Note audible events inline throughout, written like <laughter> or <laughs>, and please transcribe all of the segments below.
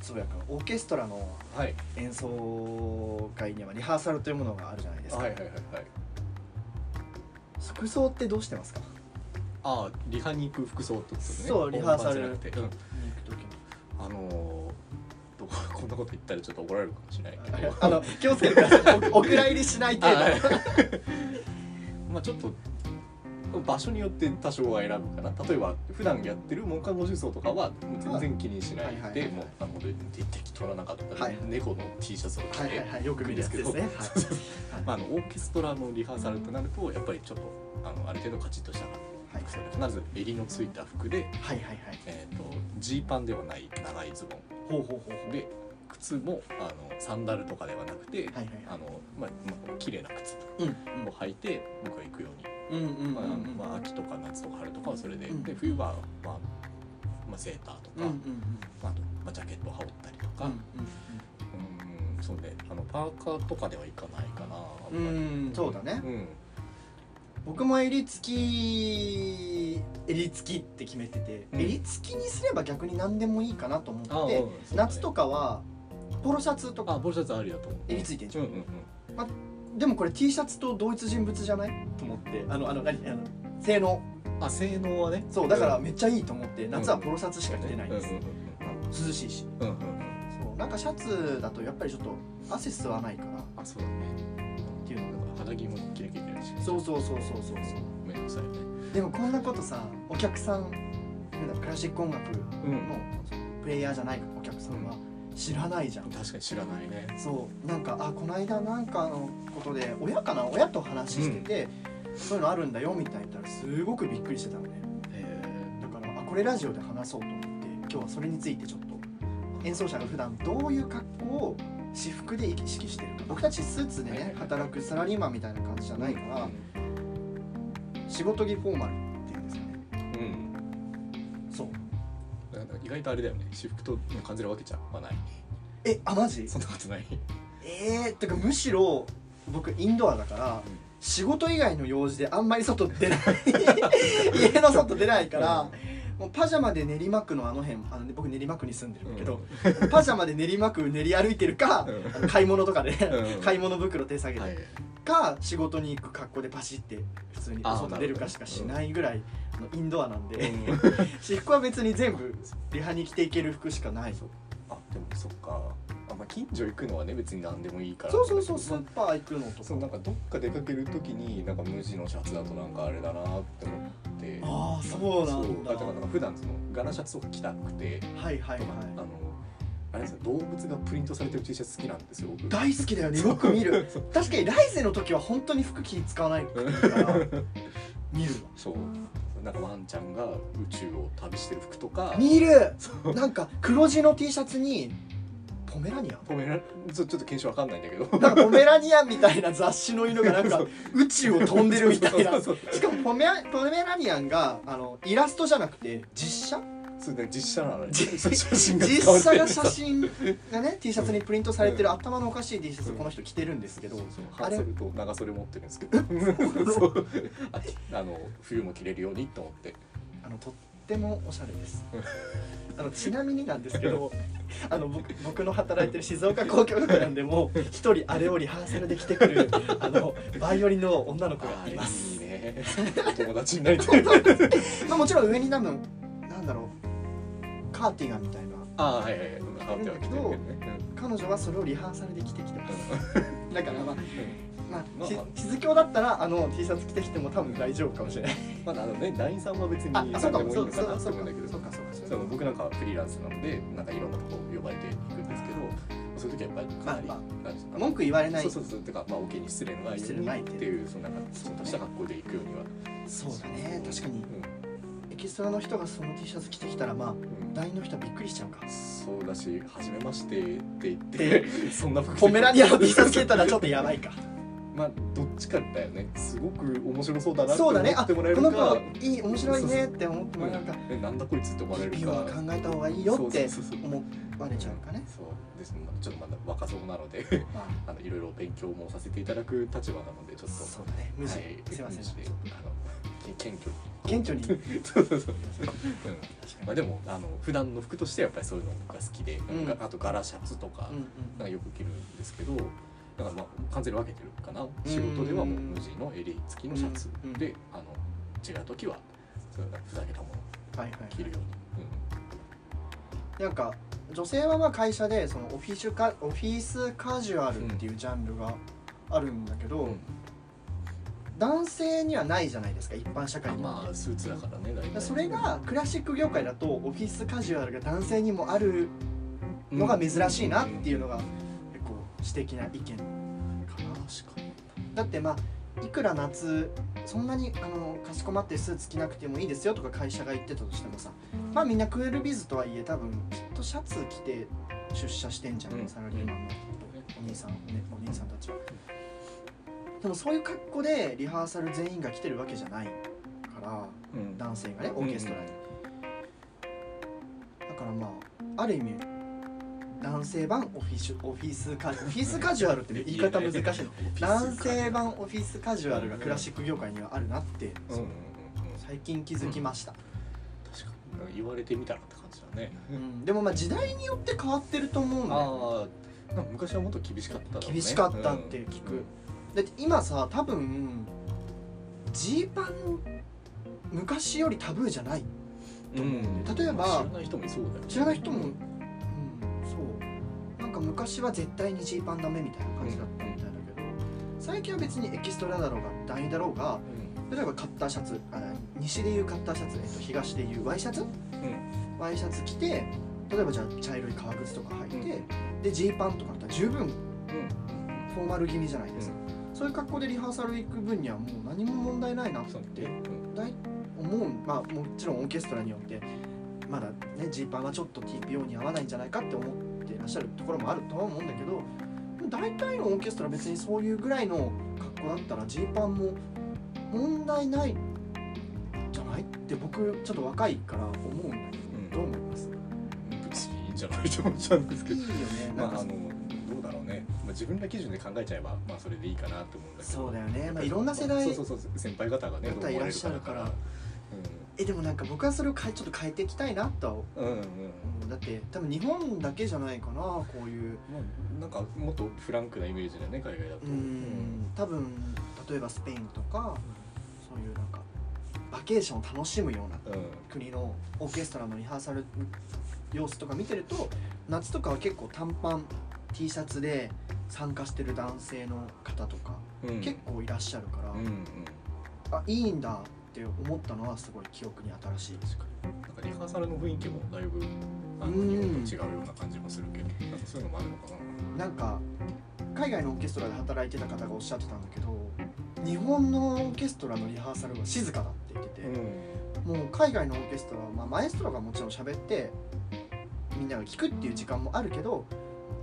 そうやかオーケストラのはい演奏会にはリハーサルというものがあるじゃないですか、はいはいはいはい服装ってどうしてますかああリハに行く服装ってことねそうリハーサル本番じゃなくて、に行く時にうん、あのーどうこん <laughs> なこと言ったらちょっと怒られるかもしれないけどあの気をつけてくださいおお蔵入りしない程度あ <laughs> まあちょっと場所によって多少は選ぶかな例えば普段やってる文科五重奏とかは全然気にしないはいはいはでいもうあので適当な中とかはでい猫の T シャツを着はいてはいはいよく見るやつですねそうそうそうまああのオーケストラのリハーサルとなるとやっぱりちょっとあのある程度カチッとしたはい服装でまず襟のついた服ではいはいはいえーとジーパンではない長いズボほうほうほうほンうで靴もあのサンダルとかではなくてはいはいはあいのまあまあ綺麗な靴うんを履いて僕は行くようにうんうんうんまあうんまあ、秋とか夏とか春とかはそれで,、うんで冬は、まあまあ、セーターとか、うんうんうんまああとまあ、ジャケットを羽織ったりとか、ううんん、そうねあのパーカーとかではいかないかなあんうんうまりんうんそうだねうん僕も襟付き襟付きって決めてて、うん襟付きにすれば逆に何でもいいかなと思あっうんて、そうだね夏とかはポロシャツとあかボルシャツあるよと思う襟付いてんじうゃんん、うんうんでもこれ T シャツと同一人物じゃないと思ってあのあの何あの性能あ性能はねそうだからんめっちゃいいと思って、夏はポロシャツしか着てないんです、うんうん涼しいしうんうんうんうんそうなんかシャツだとやっぱりちょっと汗吸わないからっあそうだねていうのなんか肌着も着なきゃいけないしがそうそうそうそうそうそうめんどくさいよねでもこんなことさお客さんなんかクラシック音楽うのんプレイヤーじゃないお客さんは知らないじゃん、確かに知らないねそうなんかあこの間なんかのことで親かな親と話してて、そういうのあるんだよみたいに言ったらすごくびっくりしてたのねえだからあこれラジオで話そうと思って今日はそれについてちょっと演奏者が普段どういう格好を私服で意識してるか僕たちスーツではいはいねはい働くサラリーマンみたいな感じじゃないから仕事着フォーマルっていうんですかねー、うんそうなんか意外とあれだよね私服と感じるわけじゃまあないえあマジそんなことないえー、てかむしろ僕インドアだからうん仕事以外の用事であんまり外出 <laughs> ない家の外出ないから、もうパジャマで練馬区のあの辺あの、ね、僕練馬区に住んでるんだけど、パジャマで練馬区練り歩いてるか、うんあの買い物とかで、うん買い物袋手下げて、はいか仕事に行く格好でパシって普通にあー外出るかしかしないぐらいのインドアなんで、 <laughs> 私服は別に全部リハに着ていける服しかないそうあでもそっかあ、まあ、近所行くのはね別に何でもいいからそうそうそうスそーうパー行くのとそうなんかかどっか出かける時になんか無地のシャツだとなんかあれだなって思ってああそうなそんうだだからなんか普段その柄シャツとか着たくてはいはいとかあはのあれですよ動物がプリントされてる T シャツ好きなんですよ僕い大好きだよねよく見る <laughs> そう確かに来世の時は本当に服気使わ <laughs> ないから見るそうなんかワンちゃんが宇宙を旅してる服とかわ見るそうなんか黒地の T シャツにポメラニアンポメラちょちょっと検証わかんないんだけどなんかポメラニアンみたいな雑誌の色がなんか宇宙を飛んでるみたいなそうそうしかもポメラポメラニアンがあのイラストじゃなくて実写そうね実写なのね実写真実写が写使われて真るがね T シャツにプリントされてるう頭のおかしい T シャツをこの人着てるんですけどそうそうあ半れ袖と長袖持ってるんですけど <laughs> そうあきあの冬も着れるようにと思ってあのとってもおしゃれですあのちなみになんですけど <laughs> あの僕僕の働いてる静岡交響楽団でも一人あれをリハーサルで着てくるあのバイオリンの女の子がいますいいね <laughs> お友達になりたいまあ、もちろん上に多分なんだろうカーティガンみたいなああはいはい羽織っては着てるけどね彼女はそれをリハーサルで着てきてます <laughs> だからまあ、ままあ、あし静京だったらあの T シャツ着てきても多分大丈夫かもしれないうんまだあのね LINE さんは別にあ何あそうでかももいいそのうかそうなかってそうか思うんだけどそうかそうかそう僕なんかはフリーランスなのでなんかいろんなとこ呼ばれていくんですけどそういう時はやっぱりかなり、まあまなんですか文句言われないそうそうそうてかまあオ、ケに失礼のないよ失う礼のにないっ程度ていうそのなんかちょっとした格好で行くようにはそうだね確かにエキストラの人がその T シャツ着てきたらまあうんうん団員の人はびっくりしちゃうかそうだし初めましてって言って <laughs> そんな服着てポメラニアの T シャツ着てたらちょっとやばいか <laughs> まあどっちかだよねすごく面白そうだなって <laughs> そ思うだねっあてこもらえるのか子いい面白いねって思ってもらえるかうんえなんだこいつって思われる日々はか考えた方がいいよってそうそうそうそう思われちゃうかねそうですまあちょっとまだ若そうなので <laughs> まああのいろいろ勉強もさせていただく立場なのでちょっとそうだね無事、はいすいません無視であのに謙虚顕著に <laughs> そうそうそう、うんまあ、でもあの普段の服としてはやっぱりそういうのが好きで、んあと柄シャツとか,、うんなんかよく着るんですけどだからまあ完全に分けてるかな仕事ではもう無地の襟付きのシャツうんで、あの違う時はそういうふざけたものをはいはい着るように、なんか女性はまあ会社でそのオフィスカオフィスカジュアルっていうジャンルがあるんだけど、うん男性にはないじゃないですか一般社会うんにはまあスーツだからね大体それがクラシック業界だとオフィスカジュアルが男性にもあるのが珍しいなっていうのが結構私的な意見かな確かにだってまあいくら夏そんなにあのかしこまってスーツ着なくてもいいですよとか会社が言ってたとしてもさまあみんなクールビズとはいえ多分きっとシャツ着て出社してんじゃん、うんサラリーマンのお兄さん、ね、お兄さんたちはでもそういう格好でリハーサル全員が来てるわけじゃないからうん男性がねオーケストラに、だからまあある意味男性版オフィシュオフィスカ <laughs> オフィスカジュアルってね言い方難しいの男性版オフィスカジュアルがクラシック業界にはあるなってうんうんうんうん最近気づきました、確かに言われてみたらって感じだねうんでもまあ時代によって変わってると思うんだよねああなんか昔はもっと厳しかっただろうね厳しかったって聞く、だって今さ多分ジーパン昔よりタブーじゃないうんうん例えばまあ知らない人もいそうだよね知らない人も、うんそうなんか昔は絶対にジーパンダメみたいな感じだったみたいだけど、最近は別にエキストラだろうが第二だろうがう例えばカッターシャツあ西でいうカッターシャツ、えっと、東でいうワイシャツんうんワイシャツ着て例えばじゃあ茶色い革靴とか履いて、うんでジーパンとかだったら十分うんフォーマル気味じゃないですか、そういう格好でリハーサル行く分にはもう何も問題ないなっそうてねうん大思うまあもちろんオーケストラによってまだねジーパンはちょっと TPO に合わないんじゃないかって思ってらっしゃるところもあるとは思うんだけどでも大体のオーケストラ別にそういうぐらいの格好だったらジーパンも問題ないじゃないって僕ちょっと若いから思うんだけうんどどう思います別にいいんじゃないと思っちゃうんですけいいどよねまなんあかあのどうだろうねまあ自分ら基準で考えちゃえばまあそれでいいかなと思うんだけどそうだよね、まあ、いろんな世代そうそうそう先輩方がねどう方思われいらっるしゃかだるかかららえでもなんか僕はそれを変えちょっと変えていきたいなとは思うんうんうんうだって多分日本だけじゃないかなこういうまあなんかもっとフランクなイメージだよね海外だとうん多分例えばスペインとかそういうなんかバケーションを楽しむようなうんうん国のオーケストラのリハーサル様子とか見てると夏とかは結構短パン T シャツで参加してる男性の方とかうん結構いらっしゃるから、うんうんあいいんだって思ったのはすごい記憶に新しい確かになんかリハーサルの雰囲気もだいぶあのうん日本と違うような感じもするけどなんかそういうのもあるのかなんか海外のオーケストラで働いてた方がおっしゃってたんだけど日本のオーケストラのリハーサルは静かだって言っててな、もう海外のオーケストラは、まあ、マエストロがもちろん喋ってみんなが聞くっていう時間もあるけど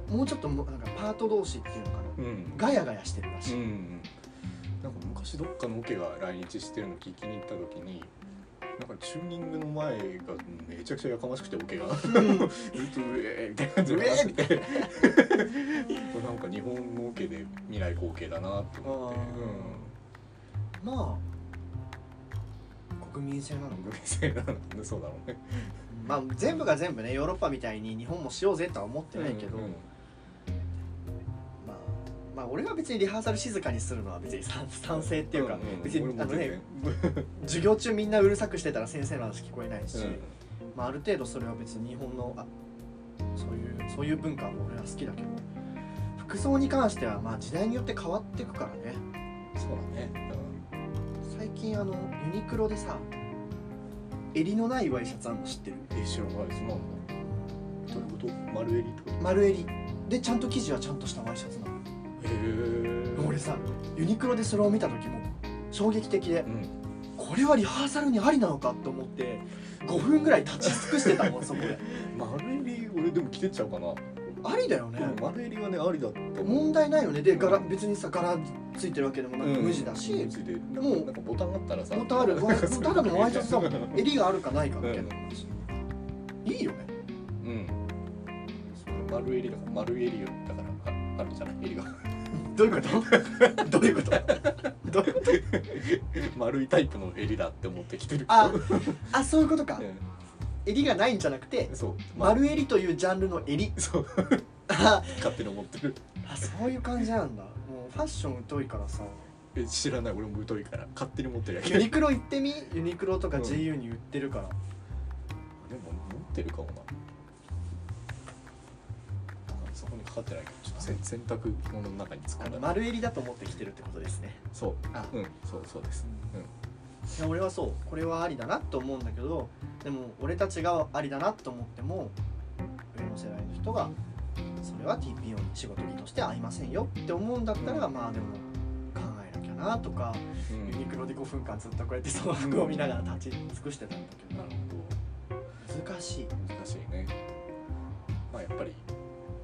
もうちょっともなんかパート同士っていうのかなうんうんガヤガヤしてるらしうい、んうん、なんか昔どっかのオケが来日してるの聞きに行った時になんかチューニングの前がめちゃくちゃやかましくてオケがずっと「うえー」みたいな感 <laughs> じで話しててこれなんか日本のオケで未来後継だなって思ってあー <laughs> まあ国民性なのかうん偶然なのでそうだろうねまあ全部が全部ねヨーロッパみたいに日本もしようぜとは思ってないけど、うんうんまあまあ俺は別にリハーサル静かにするのは別に賛賛成っていうか、んん別に俺あもの全ね然授業中みんなうるさくしてたら先生の話聞こえないし、うんまあ、ある程度それは別に日本のあそういうそういう文化も俺は好きだけど服装に関してはまあ時代によって変わっていくからねそうだね最近あのユニクロでさ襟のないワイシャツあんの知ってるうんえ知らないそうなんだどういうこと丸襟ってこと丸襟でちゃんと生地はちゃんとしたワイシャツなのへ俺さユニクロでそれを見た時も衝撃的でうんこれはリハーサルにありなのかと思って5分ぐらい立ち尽くしてたもんそこで丸襟俺でも着てっちゃうかな、ありだよね、うん丸襟はねありだった問題ないよねで柄うん別にさ柄ついてるわけでもなく無地だし、無地でもうなんかボタンあったらさボタンあ <laughs> るわもうただのワイシャツだもうん <laughs> 襟があるかないかだけの話いいよねうん丸襟だから丸襟だからああるじゃない襟がどういうこと <laughs> どういうことどういうこと丸いタイプの襟だって思ってきてるああそういうことかうん襟がないんじゃなくてそう、まあ、丸襟というジャンルの襟そうあ勝手に思ってるあそういう感じなんだもうファッション疎いからさえ知らない俺も疎いから勝手に持ってるやけユでもニクロ行ってみユニクロとかうん GU に売ってるから、持ってるかもなそこにかかってないけどちょっと洗洗濯物の中に突っあ込んのだ丸襟だと思ってきてるってことですねそうあうんそうそうですいや俺はそうこれはありだなと思うんだけどでも俺たちがありだなと思っても上の世代の人がそれは TPO に仕事着として合いませんよって思うんだったら、うんまあでも考えなきゃなとか、うんユニクロで5分間ずっとこうやってその服を見ながら立ち尽くしてたんだけなどる難しいほど難しいねまあやっぱり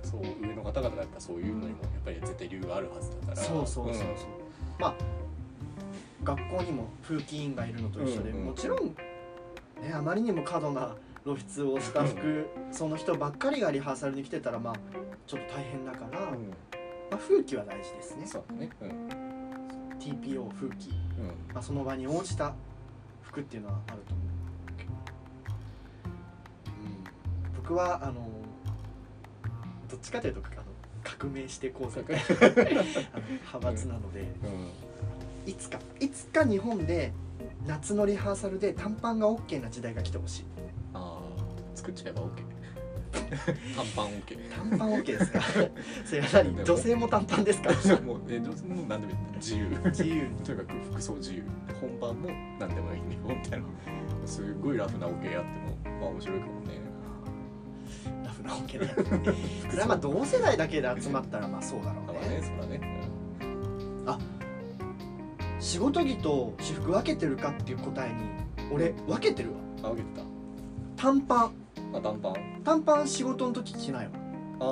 そう上の方々がやっぱそういうのにもやっぱり絶対理由があるはずだからそうそうそうそう、まあ学校にも風紀委員がいるのと一緒で、うんうんもちろん、ね、あまりにも過度な露出をした服その人ばっかりがリハーサルに来てたらまあちょっと大変だから、うまんあ、風紀は大事ですねそうだねうん、うん、 TPO 風紀、まあ、その場に応じた服っていうのはあると思うけど、うん、僕はあのどっちかというとあの革命してこうぜあの派閥なので。うんいつかいつか日本で夏のリハーサルで短パンが OK な時代が来てほしいああ作っちゃえば OK 短パン OK 短パン OK <laughs> ですかそれは何女性も短パンですかもうえどうもう何でもいい自由自由にとにかく服装自由本番も何でもいいねみたいなすっごいラフな OK やってもまあ面白いかもね <laughs> ラフな OK ねそれはまあ同世代だけで集まったらまあそうだろまあうまあねねそらね仕事着と私服分けてるかっていう答えに俺分けてるわうんあ受けて短パンたあ短パン短パン仕事の時着ないわあー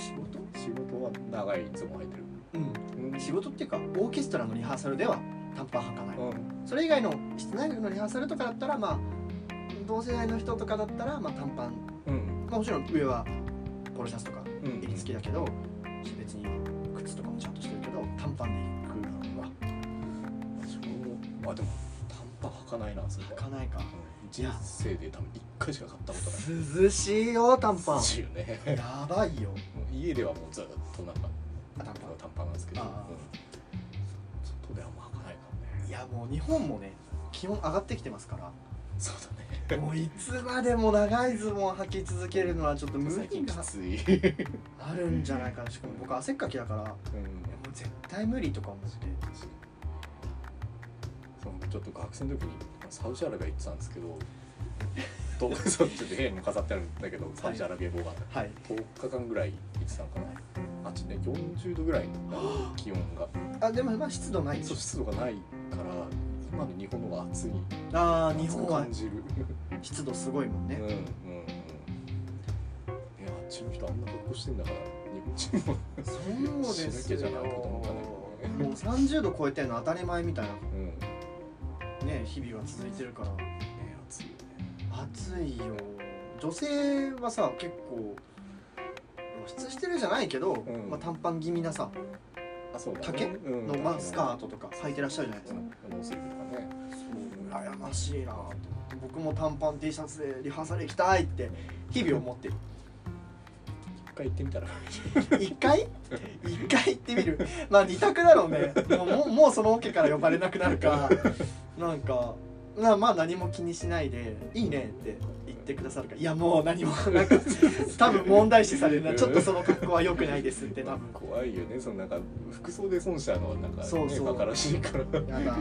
仕事仕事は長いいつも履いてるうんうん仕事っていうかオーケストラのリハーサルでは短パン履かないうんそれ以外の室内楽のリハーサルとかだったらまあ同世代の人とかだったら、まあ、短パン、うんまあ、もちろん上はポロシャツとかうん襟付きだけど別に靴とかもちゃんとしてるけど短パンで行くは自分もあでも短パン履かないなそれ履はかないかうん人生で多分一回しか買ったことない涼しいよ短パ自由ねンやばいよもう家ではもうずっとなんかあ短パ短パンなんですけど、あうーん、外ではあんま履かないかもンいねやもう日本もね気温上がってきてますかそうだらねもういつまでも長いズボン履き続けるのはちょっと無最理近きがつい、あるんじゃないかなしかも僕汗っかきだからいやもうんう絶対無理とか思ってそうちょっと学生の時にサウジアラビア行ってたんですけどとそうちょっと部屋にも飾ってあるんだけどサウジアラビア語がはい10日間ぐらい行ってたのかなあっちね40度ぐらいの気温があでもまあ湿度ないでしそょう湿度がないから今の日本の方が暑いあー日本は暑く感じる湿度すごいもんうんねうんうんいやあっちの人あんな格好してんだから日本人もそうです湿気じよゃないこともかないけどねもう30度超えてるの当たり前みたいなうんねね日々が続いてるから暑い暑よいよ女性はさ結構露出してるじゃないけど、んまあ、短パン気味なさねあそうだね竹うんの、まあ、スカートとか履いてらっしゃるじゃないでうすかんノースリーブとかねそう羨ましいなと思って僕も短パン T シャツでリハーサル行きたいって日々思ってる一回行ってみたら一回一回行ってみるまあ二択だろうねもうもうもうそのオ、ケから呼ばれなくなるかなんかなまあ何も気にしないで「いいね」って言ってくださるからいやもう何もなんか多分問題視されるなちょっとその格好は良くないですって多分怖いよねそのなんか服装で損したのはなんかそうそうねバカらしいからうんやだ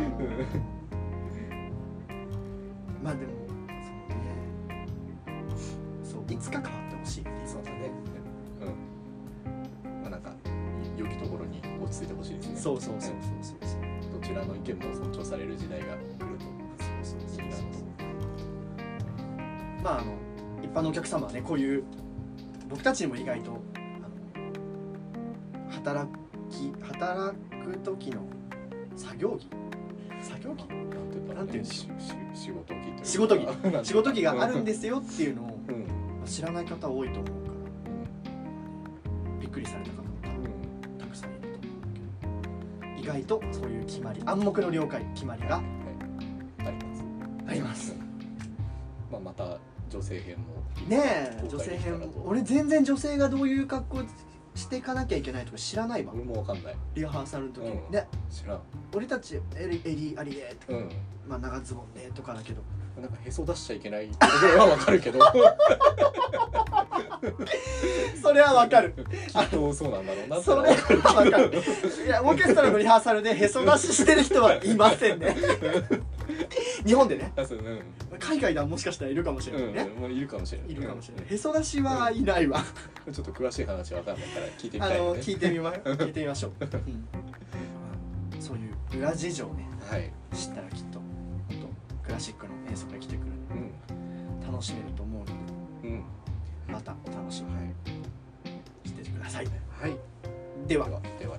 まあでもそうねそういつか変わってほしいそうだねうんまあなんか良きところに落ち着いてほしいですねそうそうそうそうそうそうどちらの意見も尊重される時代が来るとそうそうそういいなと思うまああの一般のお客様はねこういう僕たちにも意外とあの働き働く時の作業着作業着ななんんてて言言ううんんでだろうねししし仕事着仕事というか着なんていうの仕事着があるんですよっていうのをうん、うんまあ知らない方多いと思うからびっくりされた方も多分たくさんいると思うけ外とそういう決まり暗黙の了解決まりがありますありますまあまた女性編もねえ女性編俺全然女性がどういう格好していかなきゃいけないとか知らないわ俺もわかんないリハーサルの時に、うんね知らん俺たち襟襟ありでとか、うんまあ、長ズボンでとかだけどなんかへそ出しちゃいけないところはわかるけど <laughs> それはわかるきっとそうなんだろう <laughs> なそれはわかるいやオーケストラのリハーサルでへそ出ししてる人はいませんね <laughs> 日本でねあそううん海外ではもしかしたらいるかもしれうないん、ね、まあ、いるかもしれないいるかもしれないへそ出しはいないわ、うんちょっと詳しい話わかんないから聞いてみあたいよのね聞いてみま聞いてみましょう、うんそういう裏事情ねはい、知ったらきっと本当クラシックの演奏が来てくるんうんで楽しめると思うのでうんまたお楽しみはいにしててくださいはいではではでは